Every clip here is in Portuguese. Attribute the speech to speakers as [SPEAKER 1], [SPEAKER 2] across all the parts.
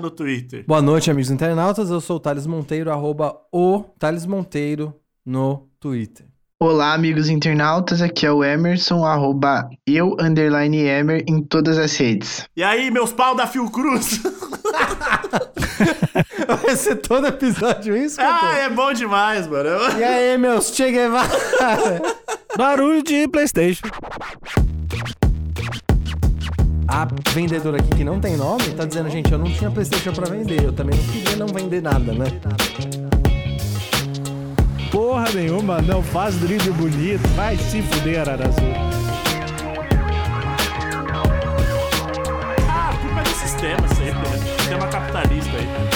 [SPEAKER 1] no Twitter.
[SPEAKER 2] Boa noite, amigos internautas. Eu sou o Thales Monteiro, arroba o Thales Monteiro no Twitter.
[SPEAKER 3] Olá, amigos internautas, aqui é o Emerson, arroba eu, underline Emer, em todas as redes.
[SPEAKER 1] E aí, meus pau da Fiocruz!
[SPEAKER 2] Vai ser todo episódio isso,
[SPEAKER 1] ah,
[SPEAKER 2] cara?
[SPEAKER 1] é bom demais, mano.
[SPEAKER 2] E aí, meus Che Guevara?
[SPEAKER 4] Barulho de PlayStation.
[SPEAKER 2] A vendedora aqui que não tem nome tá dizendo, gente, eu não tinha Playstation pra vender. Eu também não queria não vender nada, né?
[SPEAKER 4] Porra nenhuma, não faz drible bonito. Vai se fuder, Arazu.
[SPEAKER 1] Ah, a culpa é do sistema sempre, né? Sistema capitalista aí.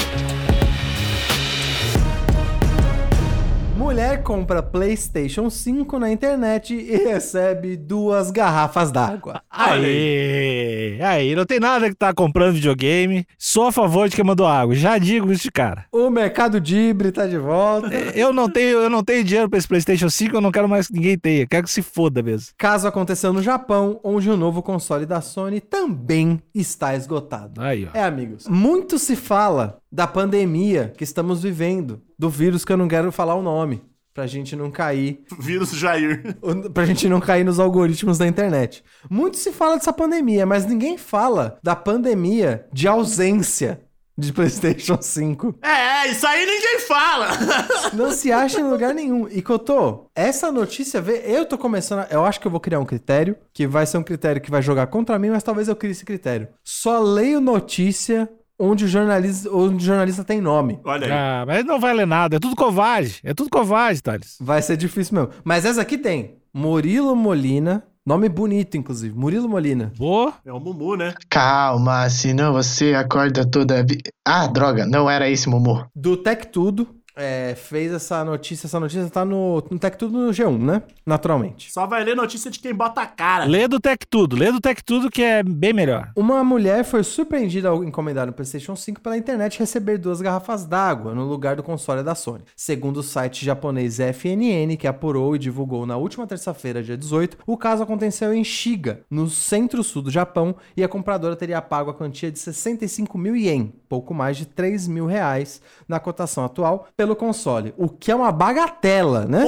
[SPEAKER 2] Mulher compra Playstation 5 na internet e recebe duas garrafas d'água.
[SPEAKER 1] Olha
[SPEAKER 4] Aí, aí, não tem nada que tá comprando videogame. Sou a favor de quem mandou água. Já digo isso de cara.
[SPEAKER 2] O Mercado Dibre tá de volta.
[SPEAKER 4] Eu não tenho, eu não tenho dinheiro pra esse PlayStation 5, eu não quero mais que ninguém tenha. Quero que se foda mesmo.
[SPEAKER 2] Caso aconteceu no Japão, onde o novo console da Sony também está esgotado.
[SPEAKER 4] Aí, ó.
[SPEAKER 2] É, amigos, muito se fala da pandemia que estamos vivendo, do vírus que eu não quero falar o nome, pra gente não cair,
[SPEAKER 1] Vírus Jair.
[SPEAKER 2] pra gente não cair nos algoritmos da internet. Muito se fala dessa pandemia, mas ninguém fala da pandemia de ausência de PlayStation 5.
[SPEAKER 1] É, é, isso aí ninguém fala!
[SPEAKER 2] Não se acha em lugar nenhum. E Cotô, essa notícia, vê- eu tô começando. a- Eu acho que eu vou criar um critério, que vai ser um critério que vai jogar contra mim, mas talvez eu crie esse critério. Só leio notícia onde o jornalista, onde o jornalista tem nome.
[SPEAKER 1] Olha aí.
[SPEAKER 4] Ah, mas não vai ler nada. É tudo covarde. É tudo covarde, Thales.
[SPEAKER 2] Vai ser difícil mesmo. Mas essa aqui tem. Murilo Molina. Nome bonito, inclusive. Murilo Molina.
[SPEAKER 4] Boa.
[SPEAKER 1] É o Mumu, né?
[SPEAKER 3] Calma, senão você acorda toda. vi- Ah, droga, não era esse, Momo.
[SPEAKER 2] do Tech Tudo. é, fez essa notícia. Essa notícia tá no, no Tech Tudo no G1, né? Naturalmente.
[SPEAKER 1] Só vai ler notícia de quem bota a cara.
[SPEAKER 4] Lê do Tec Tudo. Lê do Tec Tudo que é bem melhor.
[SPEAKER 2] Uma mulher foi surpreendida ao encomendar no PlayStation 5 pela internet receber duas garrafas d'água no lugar do console da Sony. Segundo o site japonês FNN, que apurou e divulgou na última terça-feira, dia 18, o caso aconteceu em Shiga, no centro-sul do Japão, e a compradora teria pago a quantia de 65 mil ien, pouco mais de 3 mil reais na cotação atual, pelo console. O que é uma bagatela, né?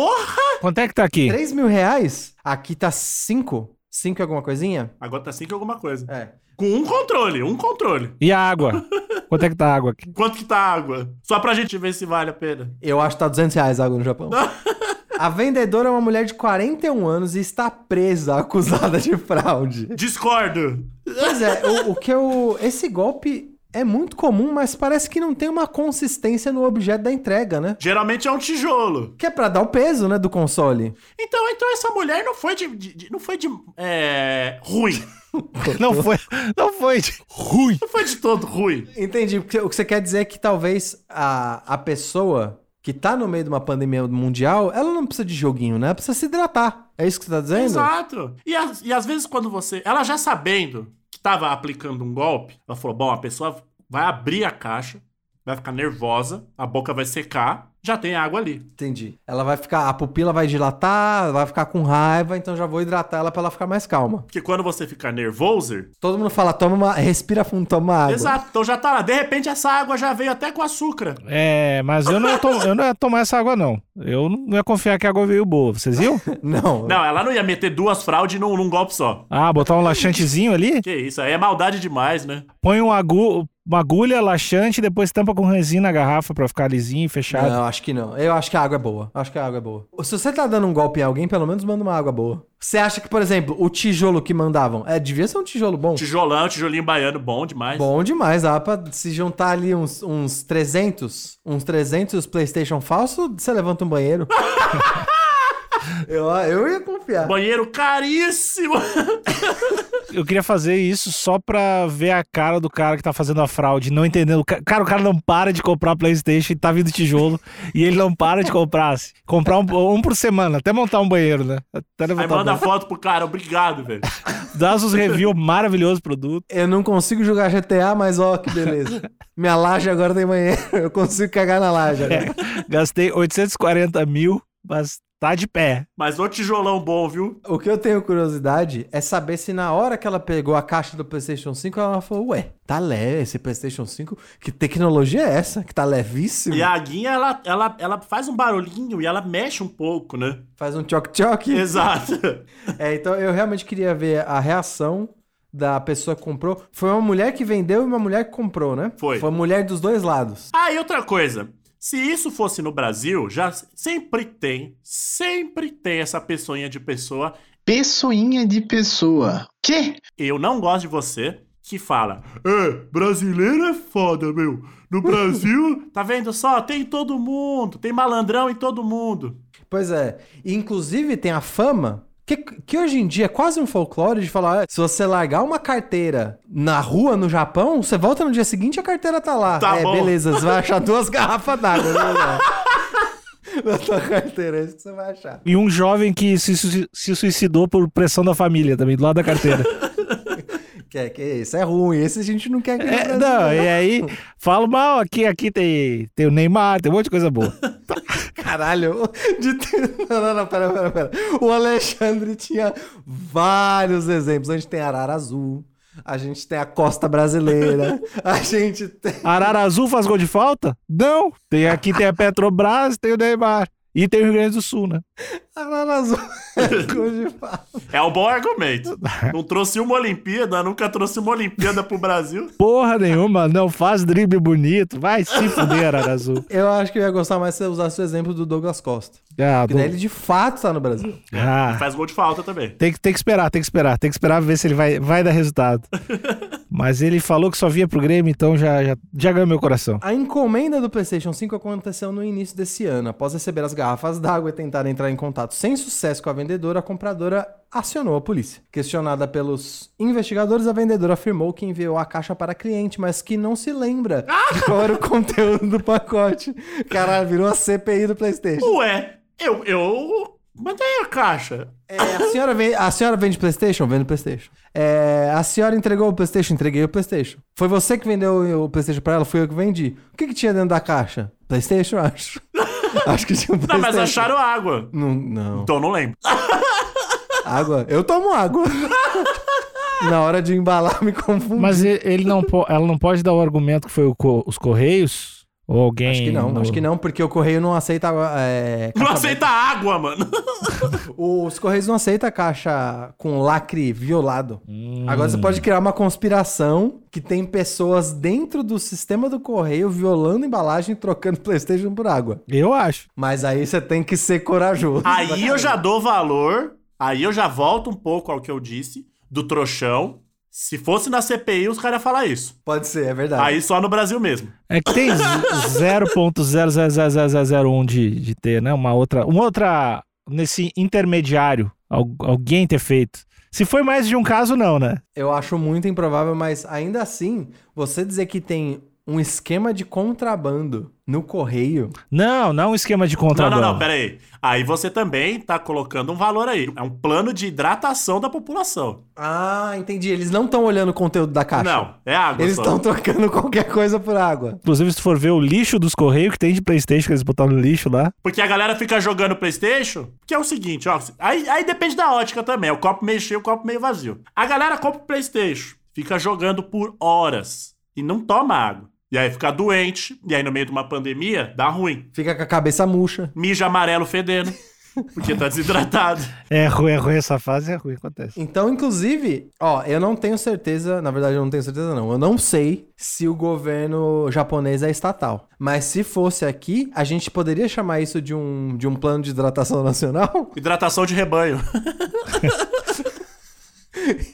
[SPEAKER 4] Quanto é que tá aqui?
[SPEAKER 2] 3 mil reais? Aqui tá 5. 5 e alguma coisinha?
[SPEAKER 1] Agora tá assim que alguma coisa.
[SPEAKER 2] É.
[SPEAKER 1] Com um controle, um controle.
[SPEAKER 4] E a água? Quanto é que tá a água aqui?
[SPEAKER 1] Quanto que tá a água? Só pra gente ver se vale a pena.
[SPEAKER 2] Eu acho que tá 200 reais a água no Japão. A vendedora é uma mulher de 41 anos e está presa, acusada de fraude.
[SPEAKER 1] Discordo.
[SPEAKER 2] Pois é, o, o que eu. Esse golpe é muito comum, mas parece que não tem uma consistência no objeto da entrega, né?
[SPEAKER 1] Geralmente é um tijolo.
[SPEAKER 2] Que é pra dar o peso, né, do console.
[SPEAKER 1] Então, então essa mulher não foi de. de- de- não foi de. É, ruim.
[SPEAKER 4] Não foi. Não foi. de- Ruim.
[SPEAKER 1] Não foi de todo ruim.
[SPEAKER 2] Entendi. porque O que você quer dizer é que talvez a, a pessoa que tá no meio de uma pandemia mundial, ela não precisa de joguinho, né? Ela precisa se hidratar. É isso que você tá dizendo?
[SPEAKER 1] Exato. E, as- e às vezes quando você. Ela já sabendo que tava aplicando um golpe, ela falou: bom, a pessoa vai abrir a caixa, vai ficar nervosa, a boca vai secar, já tem água ali.
[SPEAKER 2] Entendi. Ela vai ficar, a pupila vai dilatar, vai ficar com raiva, então já vou hidratar ela pra ela ficar mais calma.
[SPEAKER 1] Porque quando você ficar nervoso.
[SPEAKER 2] Todo mundo fala, toma uma, respira fundo, toma água.
[SPEAKER 1] Exato, então já tá lá. De repente essa água já veio até com açúcar.
[SPEAKER 4] É, mas eu não, ia tom- eu não ia tomar essa água, não. Eu não ia confiar que a água veio boa. Vocês viram?
[SPEAKER 2] Não.
[SPEAKER 1] Não, ela não ia meter duas fraudes num, num golpe só.
[SPEAKER 4] Ah, botar um laxantezinho ali?
[SPEAKER 1] Que isso, aí é maldade demais, né?
[SPEAKER 4] Põe um agu- uma agulha, laxante, depois tampa com resina na garrafa pra ficar lisinho e
[SPEAKER 1] É.
[SPEAKER 4] fechado.
[SPEAKER 2] Não, acho que não. Eu acho que a água é boa. Acho que a água é boa. Se você tá dando um golpe em alguém, pelo menos manda uma água boa. Você acha que, por exemplo, o tijolo que mandavam, é, devia ser um tijolo bom?
[SPEAKER 1] Tijolão, tijolinho baiano, bom demais.
[SPEAKER 2] Bom demais, dá pra se juntar ali uns, uns 300, uns 300 Playstation falso, você levanta um banheiro. Eu, eu ia confiar.
[SPEAKER 1] Banheiro caríssimo.
[SPEAKER 4] Eu queria fazer isso só pra ver a cara do cara que tá fazendo a fraude, não entendendo. Ca- Cara, o cara não para de comprar Playstation e tá vindo tijolo. e ele não para de comprar. assim. Comprar um, um por semana, até montar um banheiro, né? Até
[SPEAKER 1] Aí
[SPEAKER 4] levantar um
[SPEAKER 1] manda
[SPEAKER 4] banheiro.
[SPEAKER 1] foto pro cara. Obrigado, velho.
[SPEAKER 4] Dá uns reviews maravilhoso produto.
[SPEAKER 2] Eu não consigo jogar GTA, mas ó, que beleza. Minha laje agora tem banheiro. Eu consigo cagar na laje agora.
[SPEAKER 1] É.
[SPEAKER 4] Gastei 840 mil, mas tá de pé.
[SPEAKER 1] Mas o tijolão bom, viu?
[SPEAKER 2] O que eu tenho curiosidade é saber se na hora que ela pegou a caixa do PlayStation 5, ela falou: Ué, tá leve esse PlayStation 5? Que tecnologia é essa? Que tá levíssimo?
[SPEAKER 1] E a aguinha, ela, ela, ela faz um barulhinho e ela mexe um pouco, né?
[SPEAKER 2] Faz um tchoc-tchoc.
[SPEAKER 1] Exato.
[SPEAKER 2] É, então eu realmente queria ver a reação da pessoa que comprou. Foi uma mulher que vendeu e uma mulher que comprou, né?
[SPEAKER 1] Foi.
[SPEAKER 2] Foi mulher dos dois lados.
[SPEAKER 1] Ah, e outra coisa. Se isso fosse no Brasil, já sempre tem, sempre tem essa pessoinha de pessoa
[SPEAKER 3] Pessoinha de pessoa. Quê?
[SPEAKER 1] Eu não gosto de você que fala: É, brasileiro é foda, meu. No Brasil. tá vendo só? Tem todo mundo. Tem malandrão em todo mundo.
[SPEAKER 2] Pois é. E, inclusive tem a fama. Que, que hoje em dia é quase um folclore de falar: "Ah, se você largar uma carteira na rua no Japão, você volta no dia seguinte e a carteira tá lá.
[SPEAKER 1] Tá
[SPEAKER 2] é,
[SPEAKER 1] bom.
[SPEAKER 2] beleza, você vai achar duas garrafas d'água. né, velho? Na tua carteira, é isso que você vai achar.
[SPEAKER 4] E um jovem que se, sui- se suicidou por pressão da família também, do lado da carteira.
[SPEAKER 2] Que, é- que isso é ruim, esse a gente não quer que
[SPEAKER 4] É,
[SPEAKER 2] né?
[SPEAKER 4] não, e aí, falo mal, aqui, aqui tem, tem o Neymar, tem um monte de coisa boa.
[SPEAKER 2] Caralho, de... não, não, não, pera, pera, pera. O Alexandre tinha vários exemplos. A gente tem Arara Azul, a gente tem a Costa Brasileira, a gente tem.
[SPEAKER 4] Arara Azul faz gol de falta? Não. Tem aqui, tem a Petrobras, tem o Neymar. E tem o Rio Grande do Sul, né?
[SPEAKER 2] Arara Azul. é cor de fato.
[SPEAKER 1] É um bom argumento. Não trouxe uma Olimpíada, nunca trouxe uma Olimpíada pro Brasil.
[SPEAKER 4] Porra nenhuma, não faz drible bonito. Vai se fuder, Arara Azul.
[SPEAKER 2] Eu acho que eu ia gostar mais se eu usasse o exemplo do Douglas Costa.
[SPEAKER 4] Ah,
[SPEAKER 2] Porque daí
[SPEAKER 4] bom.
[SPEAKER 2] ele de fato tá no Brasil.
[SPEAKER 4] Ah,
[SPEAKER 1] Faz gol de falta também.
[SPEAKER 4] tem, que, tem que esperar, tem que esperar. Tem que esperar ver se ele vai, vai dar resultado. Mas ele falou que só vinha pro Grêmio, então já, já, já ganhou meu coração.
[SPEAKER 2] A encomenda do PlayStation 5 aconteceu no início desse ano. Após receber as garrafas d'água e tentar entrar em contato sem sucesso com a vendedora, a compradora acionou a polícia. Questionada pelos investigadores, a vendedora afirmou que enviou a caixa para a cliente, mas que não se lembra de qual era o conteúdo do pacote. Caralho, virou a CPI do PlayStation.
[SPEAKER 1] Ué, eu. eu... Mandei a caixa.
[SPEAKER 2] É, a, senhora vende, a senhora vende PlayStation? Vendo PlayStation. É, a senhora entregou o PlayStation? Entreguei o PlayStation. Foi você que vendeu o PlayStation pra ela? Fui eu que vendi. O que, que tinha dentro da caixa? PlayStation, acho. acho que tinha um PlayStation.
[SPEAKER 1] Não, mas acharam água.
[SPEAKER 2] Não, não.
[SPEAKER 1] Então não lembro.
[SPEAKER 2] Água? Eu tomo água. Na hora de embalar, me confundi.
[SPEAKER 4] Mas e- ele não, po- ela não pode dar o argumento que foi o co- os Correios? Ou alguém.
[SPEAKER 2] Acho que não,
[SPEAKER 4] no-
[SPEAKER 2] acho que não, porque o correio não aceita. É,
[SPEAKER 1] Não
[SPEAKER 2] caixa
[SPEAKER 1] aceita água, mano.
[SPEAKER 2] Os Correios não aceitam caixa com lacre violado.
[SPEAKER 4] Hum.
[SPEAKER 2] Agora você pode criar uma conspiração que tem pessoas dentro do sistema do correio violando embalagem e trocando PlayStation por água.
[SPEAKER 4] Eu acho.
[SPEAKER 2] Mas aí você tem que ser corajoso.
[SPEAKER 1] Aí eu já dou valor, aí eu já volto um pouco ao que eu disse, do trouxão. Se fosse na CPI, os caras falar isso.
[SPEAKER 2] Pode ser, é verdade.
[SPEAKER 1] Aí só no Brasil mesmo.
[SPEAKER 4] É que tem 0.00001 de, de ter, né? Uma outra. Uma outra. Nesse intermediário. al- alguém ter feito. Se foi mais de um caso, não, né?
[SPEAKER 2] Eu acho muito improvável, mas ainda assim, você dizer que tem um esquema de contrabando no correio.
[SPEAKER 4] Não, não é um esquema de
[SPEAKER 1] Não,
[SPEAKER 4] contrabando.
[SPEAKER 1] não, não, pera aí. Aí você também tá colocando um valor aí. É um plano de hidratação da população.
[SPEAKER 2] Ah, entendi. Eles não estão olhando o conteúdo da caixa.
[SPEAKER 1] Não, é água
[SPEAKER 2] Eles
[SPEAKER 1] só.
[SPEAKER 2] estão trocando qualquer coisa por água.
[SPEAKER 4] Inclusive, se for ver o lixo dos correios que tem de Playstation, que eles botaram no lixo lá.
[SPEAKER 1] Porque a galera fica jogando Playstation, que é o seguinte, ó. Aí, aí depende da ótica também. É o copo meio cheio, o copo meio vazio. A galera compra o Playstation, fica jogando por horas e não toma água. E aí fica doente, e aí no meio de uma pandemia, dá ruim.
[SPEAKER 2] Fica com a cabeça murcha.
[SPEAKER 1] mija amarelo fedendo. Porque tá desidratado.
[SPEAKER 4] É ruim, é ruim essa fase, é ruim, acontece.
[SPEAKER 2] Então, inclusive, ó, eu não tenho certeza, na verdade eu não tenho certeza não, eu não sei se o governo japonês é estatal. Mas se fosse aqui, a gente poderia chamar isso de um, de um plano de hidratação nacional?
[SPEAKER 1] Hidratação de rebanho.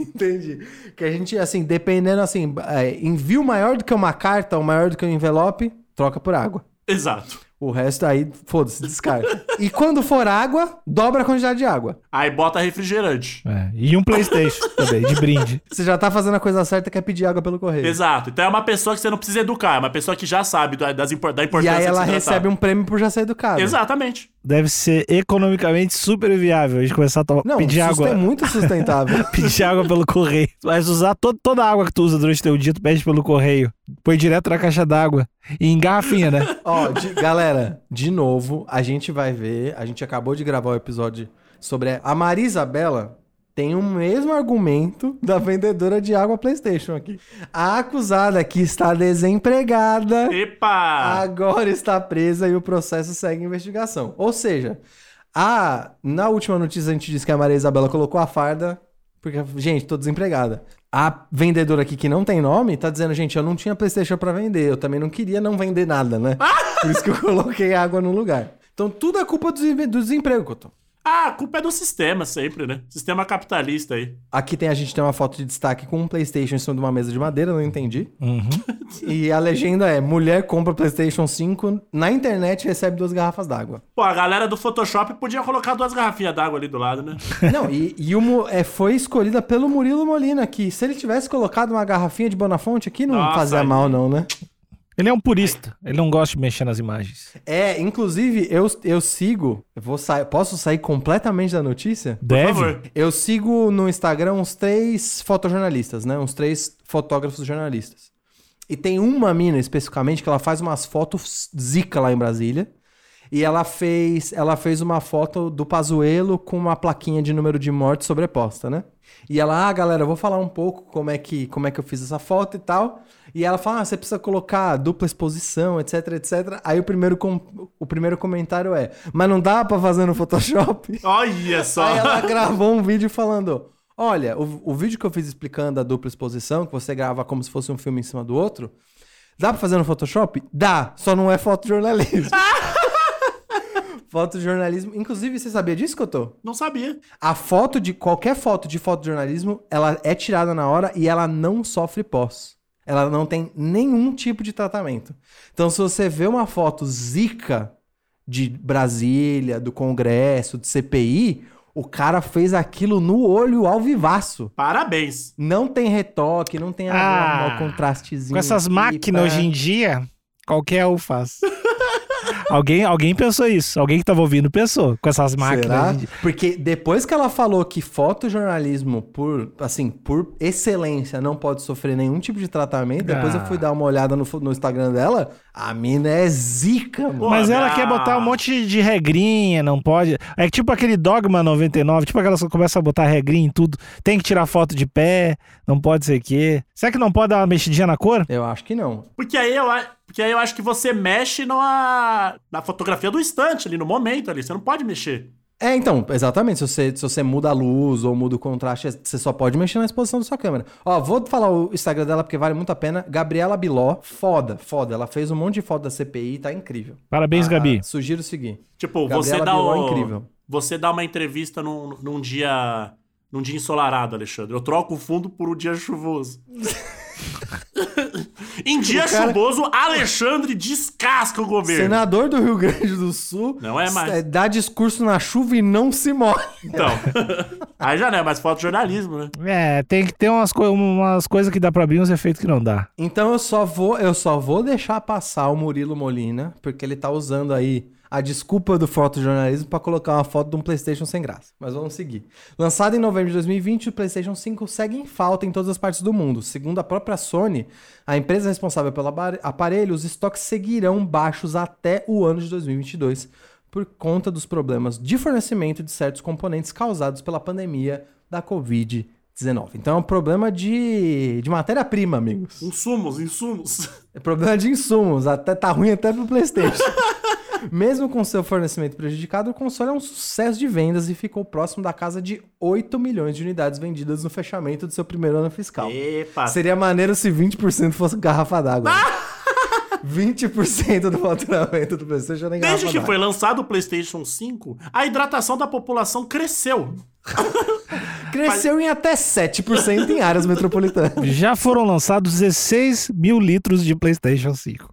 [SPEAKER 2] Entendi. Que a gente, assim, dependendo, assim, é, envio maior do que uma carta ou maior do que um envelope, troca por água.
[SPEAKER 1] Exato.
[SPEAKER 2] O resto aí, foda-se, descarta. e quando for água, dobra a quantidade de água.
[SPEAKER 1] Aí bota refrigerante.
[SPEAKER 4] É, E um PlayStation também, de brinde.
[SPEAKER 2] Você já tá fazendo a coisa certa que é pedir água pelo correio.
[SPEAKER 1] Exato. Então é uma pessoa que você não precisa educar, é uma pessoa que já sabe da, das impor- da
[SPEAKER 2] E
[SPEAKER 1] importância
[SPEAKER 2] aí
[SPEAKER 1] de
[SPEAKER 2] ela
[SPEAKER 1] se tratar.
[SPEAKER 2] recebe um prêmio por já ser educada.
[SPEAKER 1] Exatamente.
[SPEAKER 4] Deve ser economicamente super viável a gente começar a tomar,
[SPEAKER 2] Não,
[SPEAKER 4] pedir
[SPEAKER 2] susten-
[SPEAKER 4] água.
[SPEAKER 2] muito sustentável.
[SPEAKER 4] Pedir água pelo correio. Tu Vai usar to- toda a água que tu usa durante o teu dia, tu pede pelo correio. Põe direto na caixa d'água. E em garrafinha, né?
[SPEAKER 2] Ó, de- galera, de novo, a gente vai ver. A gente acabou de gravar o episódio sobre a, a Maria Isabela. Tem o mesmo argumento da vendedora de água PlayStation aqui. A acusada que está desempregada
[SPEAKER 1] Epa!
[SPEAKER 2] agora está presa e o processo segue em investigação. Ou seja, a, na última notícia a gente disse que a Maria Isabela colocou a farda porque, gente, tô desempregada. A vendedora aqui que não tem nome tá dizendo, gente, eu não tinha PlayStation pra vender, eu também não queria não vender nada, né? Por isso que eu coloquei água no lugar. Então tudo é culpa do, desem- do desemprego, Couto.
[SPEAKER 1] Ah, a culpa é do sistema sempre, né? Sistema capitalista aí.
[SPEAKER 2] Aqui tem a gente tem uma foto de destaque com um PlayStation em cima de uma mesa de madeira, não entendi.
[SPEAKER 4] Uhum.
[SPEAKER 2] E a legenda é: mulher compra PlayStation 5 na internet e recebe duas garrafas d'água.
[SPEAKER 1] Pô, a galera do Photoshop podia colocar duas garrafinhas d'água ali do lado, né?
[SPEAKER 2] Não, e, e o Mu- é, foi escolhida pelo Murilo Molina, que se ele tivesse colocado uma garrafinha de Bonafonte aqui, não
[SPEAKER 1] Nossa,
[SPEAKER 2] fazia
[SPEAKER 1] aí.
[SPEAKER 2] mal, não, né?
[SPEAKER 4] Ele é um purista. Ele não gosta de mexer nas imagens.
[SPEAKER 2] É, inclusive, eu, eu sigo. eu vou sair, posso sair completamente da notícia?
[SPEAKER 4] Deve?
[SPEAKER 1] Por favor.
[SPEAKER 2] Eu sigo no Instagram uns três fotojornalistas, né? Uns três fotógrafos jornalistas. E tem uma mina especificamente que ela faz umas fotos zica lá em Brasília. E ela fez, ela fez uma foto do Pazuello com uma plaquinha de número de mortes sobreposta, né? E ela, ah, galera, eu vou falar um pouco como é que, como é que eu fiz essa foto e tal. E ela fala, ah, você precisa colocar dupla exposição, etc, etc. Aí o primeiro, com, o primeiro comentário é, mas não dá pra fazer no Photoshop?
[SPEAKER 1] Olha só.
[SPEAKER 2] Aí ela gravou um vídeo falando: Olha, o, o vídeo que eu fiz explicando a dupla exposição, que você grava como se fosse um filme em cima do outro, dá pra fazer no Photoshop? Dá, só não é fotojornalismo. fotojornalismo. Inclusive, você sabia disso que eu tô?
[SPEAKER 1] Não sabia.
[SPEAKER 2] A foto de. Qualquer foto de fotojornalismo, ela é tirada na hora e ela não sofre pós. Ela não tem nenhum tipo de tratamento. Então, se você vê uma foto zica de Brasília, do Congresso, de CPI, o cara fez aquilo no olho ao vivaço.
[SPEAKER 1] Parabéns.
[SPEAKER 2] Não tem retoque, não tem
[SPEAKER 4] Ah,
[SPEAKER 2] ah, contrastezinho.
[SPEAKER 4] Com essas
[SPEAKER 2] aqui, é.
[SPEAKER 4] máquinas
[SPEAKER 2] pá.
[SPEAKER 4] hoje em dia, qualquer um faz. alguém, alguém pensou isso. Alguém que tava ouvindo pensou. Com essas máquinas.
[SPEAKER 2] Será?
[SPEAKER 4] hoje em dia.
[SPEAKER 2] Porque depois que ela falou que fotojornalismo, por, assim, por excelência, não pode sofrer nenhum tipo de tratamento, depois
[SPEAKER 4] Ah.
[SPEAKER 2] eu fui dar uma olhada no, fo- no Instagram dela, a mina é zica, mano.
[SPEAKER 1] Pô,
[SPEAKER 4] Mas ela
[SPEAKER 1] ah.
[SPEAKER 4] quer botar um monte de regrinha, não pode. É tipo aquele Dogma 99, tipo aquelas que começam a botar regrinha em tudo. Tem que tirar foto de pé, não pode ser que. Será que não pode dar uma mexidinha na cor?
[SPEAKER 2] Eu acho que não.
[SPEAKER 1] Porque aí eu, a- porque aí eu acho que você mexe na, na fotografia do instante ali, no momento ali. Você não pode mexer.
[SPEAKER 2] É, então, exatamente. Se você, se você muda a luz ou muda o contraste, você só pode mexer na exposição da sua câmera. Ó, vou falar o Instagram dela porque vale muito a pena. Gabriela Biló, foda, foda. Ela fez um monte de foto da CPI, tá incrível.
[SPEAKER 4] Parabéns,
[SPEAKER 2] Ah,
[SPEAKER 4] Gabi.
[SPEAKER 2] Sugiro seguir.
[SPEAKER 1] Tipo, você
[SPEAKER 2] Gabriela
[SPEAKER 1] dá
[SPEAKER 2] Biló é
[SPEAKER 1] o,
[SPEAKER 2] incrível.
[SPEAKER 1] Você dá uma entrevista num, num dia. Num dia ensolarado, Alexandre. Eu troco o fundo por um dia chuvoso. em dia
[SPEAKER 2] cara-
[SPEAKER 1] chuvoso, Alexandre descasca o governo.
[SPEAKER 2] Senador do Rio Grande do Sul.
[SPEAKER 1] Não é mais.
[SPEAKER 2] s- Dá discurso na chuva e não se morre.
[SPEAKER 1] Então. aí já não é mais foto de jornalismo, né?
[SPEAKER 4] É, tem que ter umas, co- umas coisas que dá pra abrir, uns efeitos que não dá.
[SPEAKER 2] Então eu só vou, eu só vou deixar passar o Murilo Molina, porque ele tá usando aí a desculpa do fotojornalismo pra colocar uma foto de um PlayStation sem graça. Mas vamos seguir. Lançado em novembro de 2020, o PlayStation 5 segue em falta em todas as partes do mundo. Segundo a própria Sony, a empresa responsável pelo apare- aparelho, os estoques seguirão baixos até o ano de 2022 por conta dos problemas de fornecimento de certos componentes causados pela pandemia da Covid-19. Então é um problema de, de matéria-prima, amigos.
[SPEAKER 1] Insumos, insumos.
[SPEAKER 2] É problema de insumos, até tá ruim até pro PlayStation. Mesmo com seu fornecimento prejudicado, o console é um sucesso de vendas e ficou próximo da casa de 8 milhões de unidades vendidas no fechamento do seu primeiro ano fiscal.
[SPEAKER 1] Epa.
[SPEAKER 2] Seria maneiro se 20% fosse garrafa d'água. 20% do faturamento do PlayStation era em garrafa
[SPEAKER 1] Desde que
[SPEAKER 2] d'água.
[SPEAKER 1] foi lançado o PlayStation 5, a hidratação da população cresceu.
[SPEAKER 2] Cresceu em até 7% em áreas metropolitanas.
[SPEAKER 4] Já foram lançados 16 mil litros de PlayStation 5.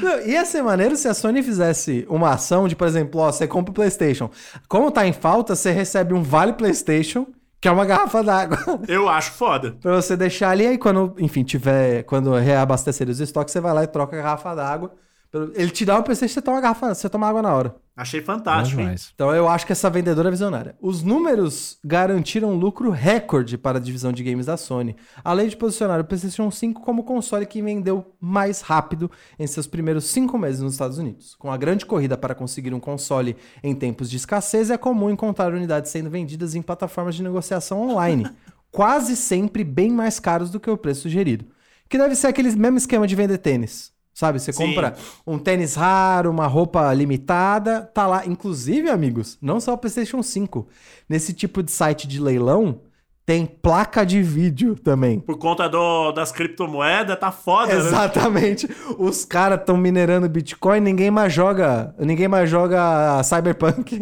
[SPEAKER 2] Não, Ia ser maneiro se a Sony fizesse uma ação de, por exemplo, ó, você compra o PlayStation. Como tá em falta, você recebe um Vale PlayStation, que é uma garrafa d'água.
[SPEAKER 1] Eu acho foda.
[SPEAKER 2] Pra você deixar ali, aí quando, enfim, tiver, quando reabastecer os estoques, você vai lá e troca a garrafa d'água. pelo- Ele te dá o PC, você toma a garrafa, você toma água na hora.
[SPEAKER 1] Achei fantástico, hein?
[SPEAKER 4] Demais.
[SPEAKER 2] Então eu acho que essa vendedora é visionária. Os números garantiram um lucro recorde para a divisão de games da Sony, além de posicionar o PlayStation 5 como o console que vendeu mais rápido em seus primeiros cinco meses nos Estados Unidos. Com a grande corrida para conseguir um console em tempos de escassez, é comum encontrar unidades sendo vendidas em plataformas de negociação online, quase sempre bem mais caros do que o preço sugerido. Que deve ser aquele mesmo esquema de vender tênis. Sabe, você
[SPEAKER 1] Sim.
[SPEAKER 2] compra um tênis raro, uma roupa limitada, tá lá. Inclusive, amigos, não só o PlayStation 5. Nesse tipo de site de leilão, tem placa de vídeo também.
[SPEAKER 1] Por conta do, das criptomoedas, tá foda, né?
[SPEAKER 2] Exatamente. Os caras estão minerando Bitcoin, ninguém mais joga, ninguém mais joga Cyberpunk.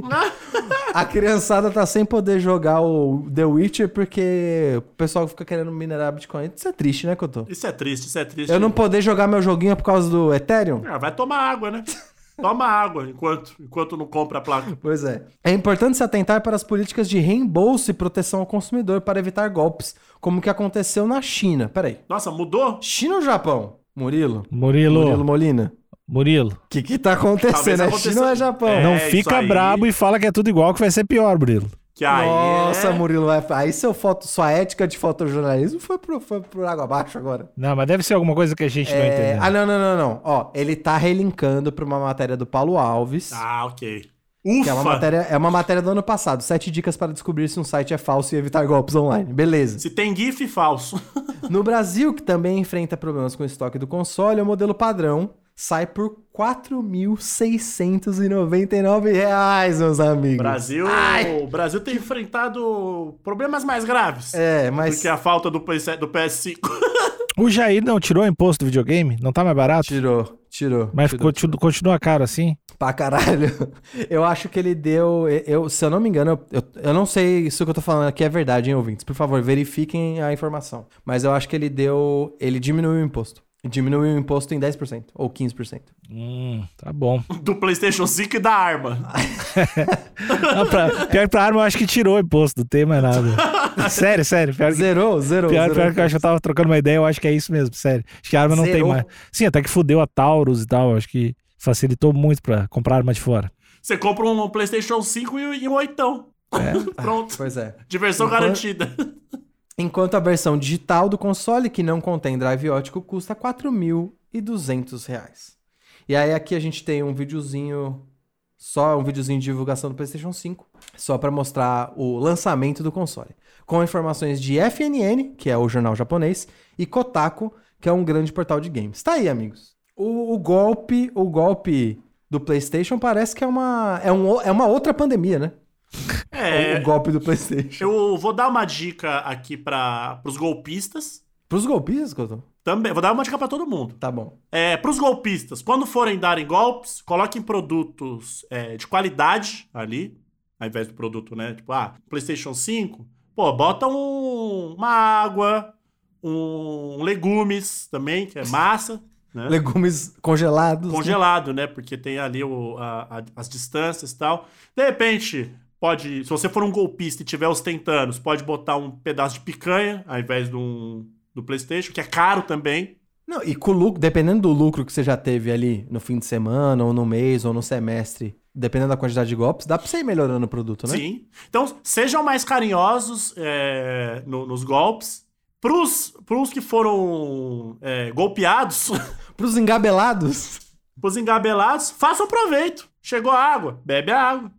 [SPEAKER 2] A criançada tá sem poder jogar o The Witcher porque o pessoal fica querendo minerar Bitcoin. Isso é triste, né, Cotô?
[SPEAKER 1] Isso é triste, isso é triste.
[SPEAKER 2] Eu não poder jogar meu joguinho por causa do Ethereum?
[SPEAKER 1] Ah, vai tomar água, né? Toma água enquanto, enquanto não compra a placa.
[SPEAKER 2] Pois é. É importante se atentar para as políticas de reembolso e proteção ao consumidor para evitar golpes, como o que aconteceu na China. Peraí.
[SPEAKER 1] Nossa, mudou?
[SPEAKER 2] China ou Japão? Murilo?
[SPEAKER 4] Murilo,
[SPEAKER 2] Murilo
[SPEAKER 4] Murilo.
[SPEAKER 2] Molina? O que que tá
[SPEAKER 1] Talvez
[SPEAKER 2] acontecendo? É
[SPEAKER 1] aconteça-
[SPEAKER 2] China ou é Japão?
[SPEAKER 1] É,
[SPEAKER 4] não
[SPEAKER 1] isso
[SPEAKER 4] fica
[SPEAKER 1] aí.
[SPEAKER 4] brabo e fala que é tudo igual, que vai ser pior, Murilo.
[SPEAKER 1] Que aí
[SPEAKER 2] Nossa,
[SPEAKER 1] é-
[SPEAKER 2] Murilo, vai- aí seu foto, sua ética de fotojornalismo foi pro, foi pro água abaixo agora.
[SPEAKER 4] Não, mas deve ser alguma coisa que a gente não
[SPEAKER 2] É,
[SPEAKER 4] entendeu.
[SPEAKER 2] ah, não, não, não, não. Ó, ele tá relincando pra uma matéria do Paulo Alves.
[SPEAKER 1] Ah, ok.
[SPEAKER 2] Que é uma,
[SPEAKER 1] Ufa!
[SPEAKER 2] matéria, é uma matéria do ano passado. Sete dicas para descobrir se um site é falso e evitar golpes online. Beleza.
[SPEAKER 1] Se tem GIF falso.
[SPEAKER 2] No Brasil, que também enfrenta problemas com o estoque do console, o modelo padrão sai por R$ reais, meus amigos.
[SPEAKER 1] Brasil, o Brasil tem enfrentado problemas mais graves
[SPEAKER 2] É,
[SPEAKER 1] do
[SPEAKER 2] mas
[SPEAKER 1] que a falta do, PS, do PS5.
[SPEAKER 4] O Jair não tirou o imposto do videogame? Não tá mais barato?
[SPEAKER 2] tirou, tirou.
[SPEAKER 4] Mas
[SPEAKER 2] tirou.
[SPEAKER 4] ficou- continua caro assim?
[SPEAKER 2] Pra caralho. Eu acho que ele deu. Eu, se eu não me engano, eu, eu, eu não sei se o que eu tô falando aqui é verdade, hein, ouvintes? Por favor, verifiquem a informação. Mas eu acho que ele deu. Ele diminuiu o imposto. Diminuiu o imposto em 10% ou 15%.
[SPEAKER 4] Hum, tá bom.
[SPEAKER 1] Do PlayStation 5 e da arma.
[SPEAKER 4] Não, pra, pior que pra arma, eu acho que tirou o imposto, não tem mais nada. sério, sério. Pior que,
[SPEAKER 2] Zerou, zerou.
[SPEAKER 4] pior,
[SPEAKER 2] zerou.
[SPEAKER 4] pior que eu acho que eu tava trocando uma ideia, eu acho que é isso mesmo, sério. Acho que a arma não
[SPEAKER 2] Zerou.
[SPEAKER 4] tem mais. Sim, até que fudeu a Taurus e tal, acho que facilitou muito pra comprar arma de fora.
[SPEAKER 1] Você compra um PlayStation 5 e, e um oitão. Pronto.
[SPEAKER 2] Pois é.
[SPEAKER 1] Diversão
[SPEAKER 2] Enquanto-
[SPEAKER 1] garantida.
[SPEAKER 2] Enquanto a versão digital do console, que não contém drive ótico, custa R$ 4.200. reais. E aí aqui a gente tem um videozinho, só um videozinho de divulgação do PlayStation 5, só para mostrar o lançamento do console, com informações de FNN, que é o jornal japonês, e Kotaku, que é um grande portal de games. Tá aí, amigos. O, o golpe, o golpe do PlayStation parece que é uma é, um, o- é uma outra pandemia, né?
[SPEAKER 1] É,
[SPEAKER 2] O golpe do PlayStation.
[SPEAKER 1] eu vou dar uma dica aqui para os golpistas.
[SPEAKER 2] Pros golpistas, Couto?
[SPEAKER 1] Também, vou dar uma dica para todo mundo.
[SPEAKER 2] Tá bom.
[SPEAKER 1] É, para os golpistas, quando forem darem golpes, coloquem produtos é, de qualidade ali, ao invés do produto, né? Tipo, ah, PlayStation 5, pô, bota um- uma água, um legumes também, que é massa, né?
[SPEAKER 2] Legumes congelados.
[SPEAKER 1] congelado, né? Porque tem ali o- a- a- as distâncias e tal. De repente, pode. Se você for um golpista e tiver ostentando, você pode botar um pedaço de picanha ao invés de um, do PlayStation, que é caro também.
[SPEAKER 2] Não, e com o lucro, dependendo do lucro que você já teve ali no fim de semana, ou no mês, ou no semestre, dependendo da quantidade de golpes, dá pra você ir melhorando o produto, né?
[SPEAKER 1] Sim. Então, sejam mais carinhosos é, no- nos golpes. Pros, pros que foram é, golpeados,
[SPEAKER 2] Pros engabelados.
[SPEAKER 1] pros engabelados, façam proveito. Chegou a água, bebe a água.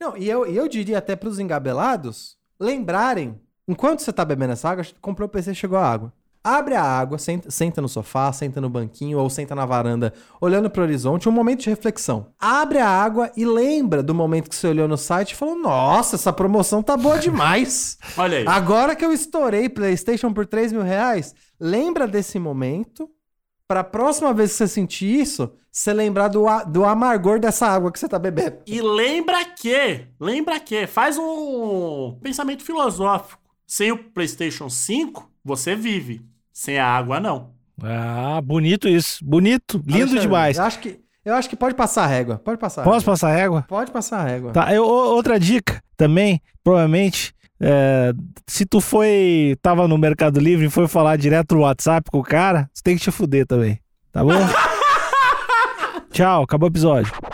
[SPEAKER 2] Não, e eu, e eu diria até pros engabelados lembrarem, enquanto você tá bebendo essa água, comprou o PC, chegou a água. Abre a água, senta, senta no sofá, senta no banquinho ou senta na varanda, olhando pro horizonte, um momento de reflexão. Abre a água e lembra do momento que você olhou no site e falou: Nossa, essa promoção tá boa demais.
[SPEAKER 1] Olha aí.
[SPEAKER 2] Agora que eu estourei PlayStation por 3 mil reais, lembra desse momento. Pra próxima vez que você sentir isso, você lembrar do, a- do amargor dessa água que você tá bebendo.
[SPEAKER 1] E lembra que, lembra que, faz um pensamento filosófico. Sem o PlayStation 5, você vive. Sem a água, não.
[SPEAKER 4] Ah, bonito isso. Bonito. Lindo
[SPEAKER 2] Alexandre,
[SPEAKER 4] demais.
[SPEAKER 2] Eu acho, que, eu acho que pode passar a régua. Pode passar. a
[SPEAKER 4] Posso
[SPEAKER 2] régua.
[SPEAKER 4] passar a régua?
[SPEAKER 2] Pode passar a régua.
[SPEAKER 4] Tá, eu, ô- outra dica também, provavelmente, é, se tu foi, tava no Mercado Livre e foi falar direto no WhatsApp com o cara, você tem que te fuder também, tá bom? Tchau, acabou o episódio.